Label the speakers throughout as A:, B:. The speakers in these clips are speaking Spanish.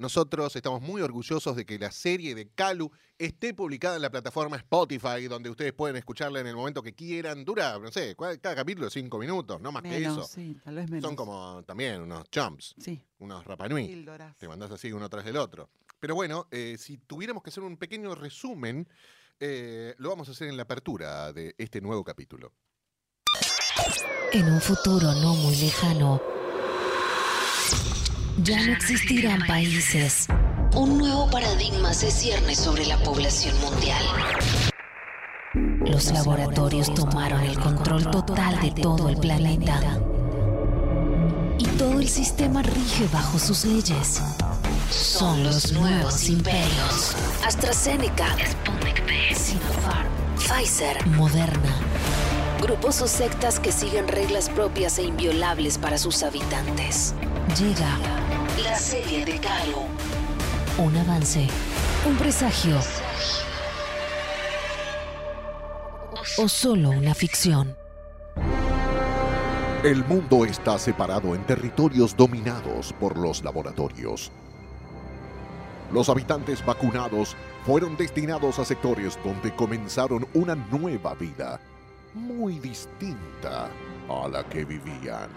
A: Nosotros estamos muy orgullosos de que la serie de Calu esté publicada en la plataforma Spotify, donde ustedes pueden escucharla en el momento que quieran. Dura, no sé, cua- cada capítulo cinco minutos, no más
B: Menos,
A: que eso.
B: sí, tal vez menos.
A: Son como también unos chumps,
B: Sí,
A: unos rapanui.
B: píldoras.
A: Te mandás así uno tras del otro. Pero bueno, eh, si tuviéramos que hacer un pequeño resumen, eh, lo vamos a hacer en la apertura de este nuevo capítulo.
C: En un futuro no muy lejano, ya no existirán países. Un nuevo paradigma se cierne sobre la población mundial. Los laboratorios tomaron el control total de todo el planeta. Y todo el sistema rige bajo sus leyes. Son los nuevos imperios. AstraZeneca, Sputnik V, Sinopharm, Pfizer, Moderna. Grupos o sectas que siguen reglas propias e inviolables para sus habitantes. Llega la serie de Calo. Un avance. Un presagio. O solo una ficción.
A: El mundo está separado en territorios dominados por los laboratorios. Los habitantes vacunados fueron destinados a sectores donde comenzaron una nueva vida, muy distinta a la que vivían.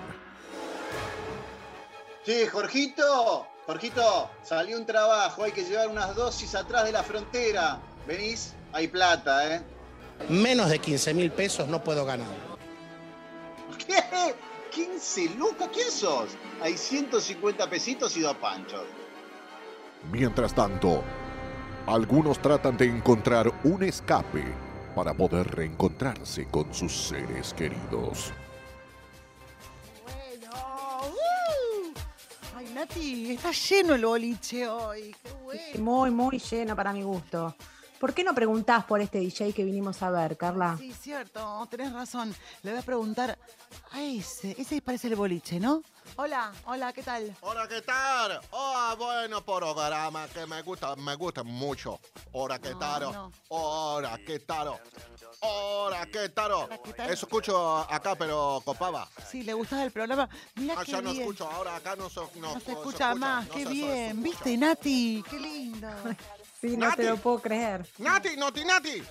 D: Che, Jorgito, Jorgito, salió un trabajo, hay que llevar unas dosis atrás de la frontera. ¿Venís? Hay plata, ¿eh?
E: Menos de 15 mil pesos no puedo ganar.
D: ¿Qué? ¿15 lucas? ¿Quién sos? Hay 150 pesitos y dos panchos.
A: Mientras tanto, algunos tratan de encontrar un escape para poder reencontrarse con sus seres queridos.
F: Bueno, ¡uh! ay Nati, está lleno el boliche hoy, qué bueno.
G: Muy, muy lleno para mi gusto. ¿Por qué no preguntás por este DJ que vinimos a ver, Carla?
F: Sí, cierto, tenés razón. Le voy a preguntar a ese, ese parece el boliche, ¿no? Hola, hola, ¿qué tal?
A: Hola, ¿qué tal? Oh, bueno programa que me gusta, me gusta mucho. Hola, ¿qué
F: No,
A: tal?
F: no.
A: Hola, ¿qué tal? Hola, ¿qué tal?
F: Hola, ¿qué tal?
A: Eso escucho acá, pero copaba.
F: Sí, ¿le gustaba el programa? Mirá qué
A: Allá Ah, no
F: bien.
A: escucho, ahora acá no, so- no,
F: No
A: so-
F: se escucha más,
A: no
F: qué
A: se-
F: bien.
A: se escucha.
F: ¿Viste, Nati? Qué lindo.
G: Sí, no
A: Nati.
G: te lo puedo creer.
A: Nati, Noti Nati.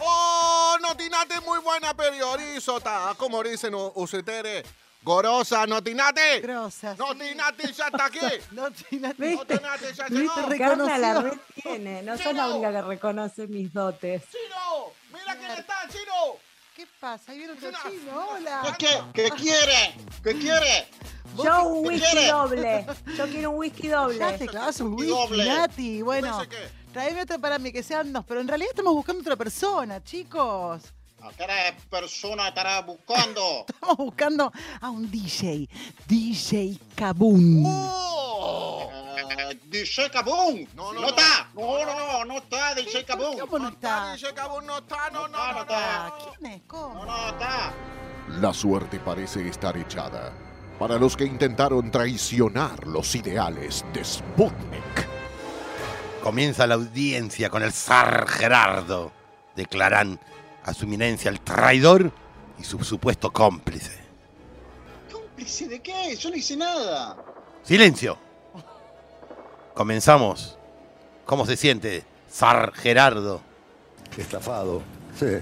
A: Oh, Noti Nati, muy buena periodista. Como dicen u- ustedes, gorosa Noti Nati.
F: Grosa.
A: Noti Nati ya está aquí.
F: No, sí, Nati.
A: Noti
G: ¿Viste?
A: Nati ya
F: Viste,
A: llegó.
F: re-
G: Carla la
F: reconoció.
G: red tiene. No soy la
A: Llegó.
G: única que reconoce mis dotes.
A: ¡Chino! ¡Mira quién está, Chino!
F: ¿Qué pasa? Ahí viene otro
A: Una-
F: chino, hola.
D: ¿Qué? ¿Qué quiere? ¿Qué quiere?
G: Yo un whisky
D: quieres?
G: doble. Yo quiero un whisky
F: Ya te
G: doble.
F: clavas un
D: Y
F: whisky,
D: doble.
F: Nati. Bueno,
A: ¿Ese qué?
F: tráeme otro para mí, que sean dos. Pero en realidad estamos buscando otra persona, chicos.
D: ¿A qué Ah, persona estará buscando?
F: Estamos buscando a un DJ. DJ Kabum.
A: ¡Oh!
D: Eh, DJ Cabum.
A: No, no,
D: No, no,
A: no.
D: está. No, no, no, no está DJ Cabum.
F: ¿Cómo no está?
A: Nadie llega, vos no está, no, no,
D: No,
A: no,
D: no
A: no.
D: está.
F: Ah, ¿Quién es?
D: No,
F: ¿Cómo?
D: no está.
H: La suerte parece estar echada para los que intentaron traicionar los ideales de Sputnik.
I: Comienza la audiencia con el zar Gerardo. Declaran a su eminencia el traidor y su supuesto cómplice.
D: ¿Cómplice de qué? Yo no hice nada.
I: ¡Silencio! Comenzamos. ¿Cómo se siente, zar Gerardo?
J: Estafado, sí.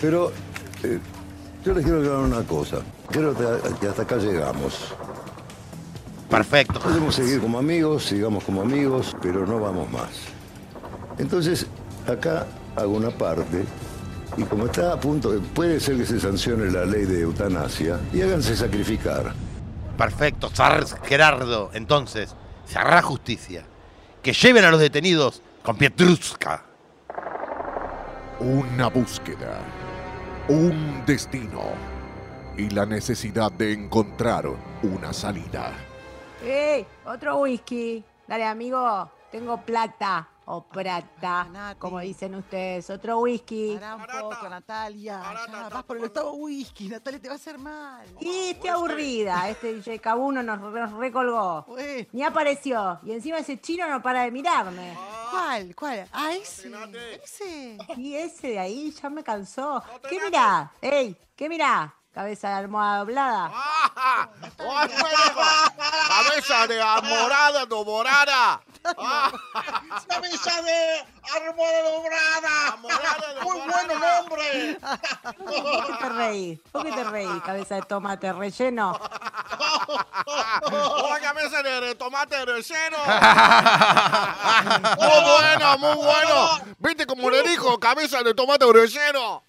J: Pero eh, yo les quiero aclarar una cosa. Creo que- que hasta acá llegamos.
I: Perfecto.
J: Podemos seguir como amigos, sigamos como amigos, pero no vamos más. Entonces, acá hago una parte. Y como está a punto, de- puede ser que se sancione la ley de eutanasia y háganse sacrificar.
I: Perfecto, zar Gerardo. Entonces, se hará justicia. Que lleven a los detenidos con Pietruska.
H: Una búsqueda, un destino y la necesidad de encontrar una salida.
G: ¡Ey! Otro whisky. Dale, amigo. Tengo plata. O
F: para,
G: prata.
F: Nati.
G: Como dicen ustedes. Otro whisky.
F: Pará un
A: Barata.
F: poco, Natalia.
A: Barata,
F: Ya, vas
A: estamos
F: por el
A: con-
F: octavo whisky, Natalia, te va a hacer mal.
G: Y qué aburrida. Este DJ Cabuno nos, nos recolgó.
F: Ué,
G: Ni apareció. Y encima ese chino no para de mirarme.
F: ¿Cuál? ¿Cuál? Ah, ese.
A: Nati.
F: Ese.
G: Y ese de ahí ya me cansó.
A: No te
G: ¿Qué
A: mates.
G: mirá? ¡Ey! ¿Qué mirá? Cabeza de almohada doblada.
A: ¡Ah! ¡Oh, es bueno! ¡Cabeza de amorada, doborada!
D: ¡Camisa de Armada Dobrada! ¡Muy bueno nombre!
G: ¿Por qué te reís? ¿Por qué te reís, cabeza de tomate relleno?
A: Una cabeza de tomate relleno. muy bueno, muy bueno. ¿Viste como le dijo? Cabeza de tomate relleno.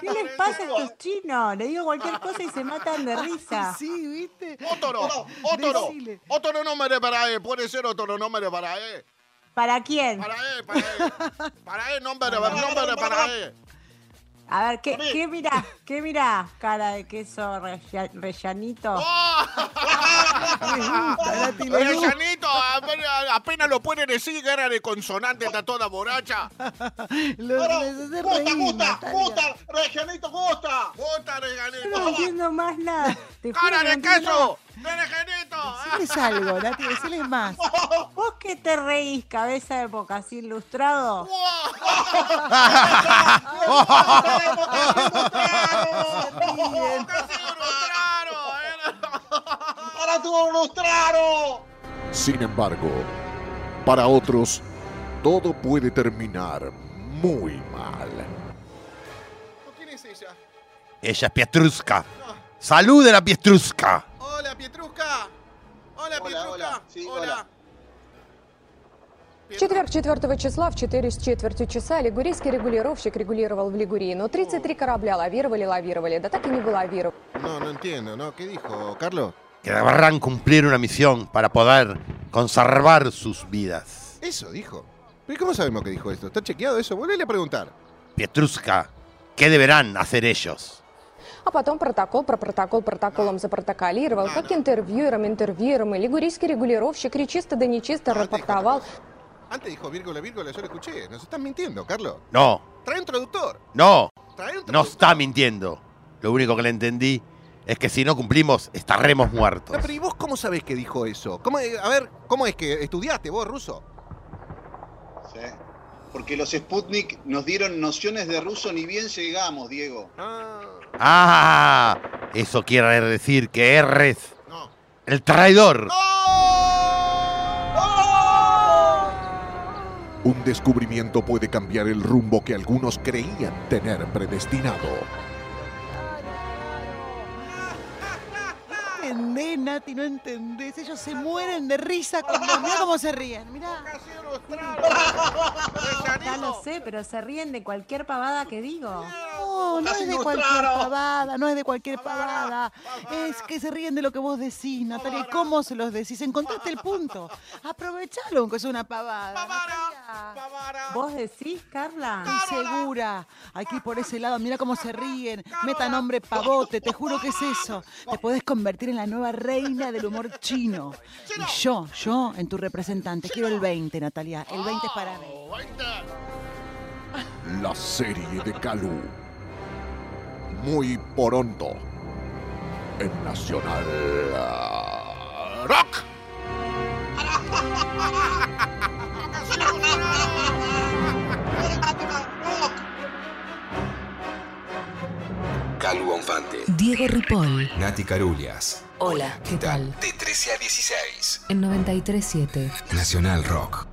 G: ¿Qué les pasa a estos chinos? Le digo cualquier cosa y se matan de risa.
F: Ah, Sí, ¿viste?
A: Otro, otro,
F: Decile.
A: otro nombre para él. Puede ser otro nombre para él.
G: ¿Para quién?
A: Para él, para él. Para E, él, nombre, nombre para E. él.
G: A ver, ¿qué, qué mirá? ¿Qué mirá? Cara de queso rella- rellanito.
A: ¡Oh!
F: Nati, le
A: Oye,
F: gusta.
A: Janito, apenas- apenas lo puede decir, guerra de consonante, está toda borracha.
F: Los les hace
D: ¡Gusta,
F: reír,
D: gusta!
F: Natalia.
D: ¡Gusta! ¡Regianito, gusta!
A: Puta
G: Yo no
A: regalito.
G: entiendo más nada. Te juro
A: ¡Cara
G: que no
A: de
G: entiendo
A: queso! ¡De regalito!
F: Deciles algo, Nati, deciles más.
G: nada. ¿Vos qué te reís, cabeza de bocas ilustrado?
D: ¡Ahora tuvo un lustraro!
K: Sin embargo, para otros, todo puede terminar muy mal.
A: ¿Quién es ella?
I: Ella es Pietruska. Salud de la Pietrusca.
A: Hola, Pietrusca. Hola,
D: Hola, hola. Sí, hola.
L: В четверг 4 числа в 4 с четвертью часа лигурийский регулировщик регулировал в Лигурии, но 33 корабля лавировали-лавировали, да так и не вылавировали.
A: No, no entiendo, ¿no? ¿Qué dijo, Carlos?
I: Que deberán cumplir una misión para poder conservar sus vidas.
A: Eso dijo. ¿Pero cómo sabemos que dijo esto? ¿Está chequeado eso? Volvele a preguntar.
I: Pietruska, ¿qué deberán hacer ellos?
L: А потом протокол про протокол протоколом запротоколировал, как интервьюером интервьюером, и лигурийский регулировщик речисто да нечисто рапортовал.
A: Antes dijo vírgula, vírgula, yo lo escuché. Nos están mintiendo, Carlos.
I: No,
A: Trae un traductor.
I: no,
A: Trae un traductor.
I: no está mintiendo. Lo único que le entendí es que si no cumplimos, estaremos muertos.
A: No, pero ¿y vos cómo sabés que dijo eso? ¿Cómo, eh, a ver, ¿cómo es que estudiaste vos, ruso?
D: Sí. Porque los Sputnik nos dieron nociones de ruso ni bien llegamos, Diego.
I: Ah, eso quiere decir que erres.
A: No.
I: El traidor.
K: Un descubrimiento puede cambiar el rumbo que algunos creían tener predestinado.
F: No entendés, Nati, no entendés. Ellos se mueren de risa cuando. Mirá cómo se ríen, mirá.
G: Ya lo sé, pero se ríen de cualquier pavada que digo.
F: No, no es de cualquier pavada, no es de cualquier pavada. Es que se ríen de lo que vos decís, Natalia. ¿Y cómo se los decís? Encontraste el punto. Aprovechalo, aunque es una pavada. Natalia.
G: ¿Vos decís, Carla?
F: Estoy segura. Aquí por ese lado, mira cómo se ríen. Meta nombre pavote, te juro que es eso. Te podés convertir en la nueva reina del humor chino. Y yo, yo, en tu representante, quiero el 20, Natalia. El 20 es para mí.
K: La serie de Calú. Muy pronto. En Nacional ah, Rock.
M: Calvo Bonfante.
C: Diego Ripoll.
M: Nati Carulias.
C: Hola, ¿qué tal?
M: De 13 a 16.
C: En 937.
M: Nacional Rock.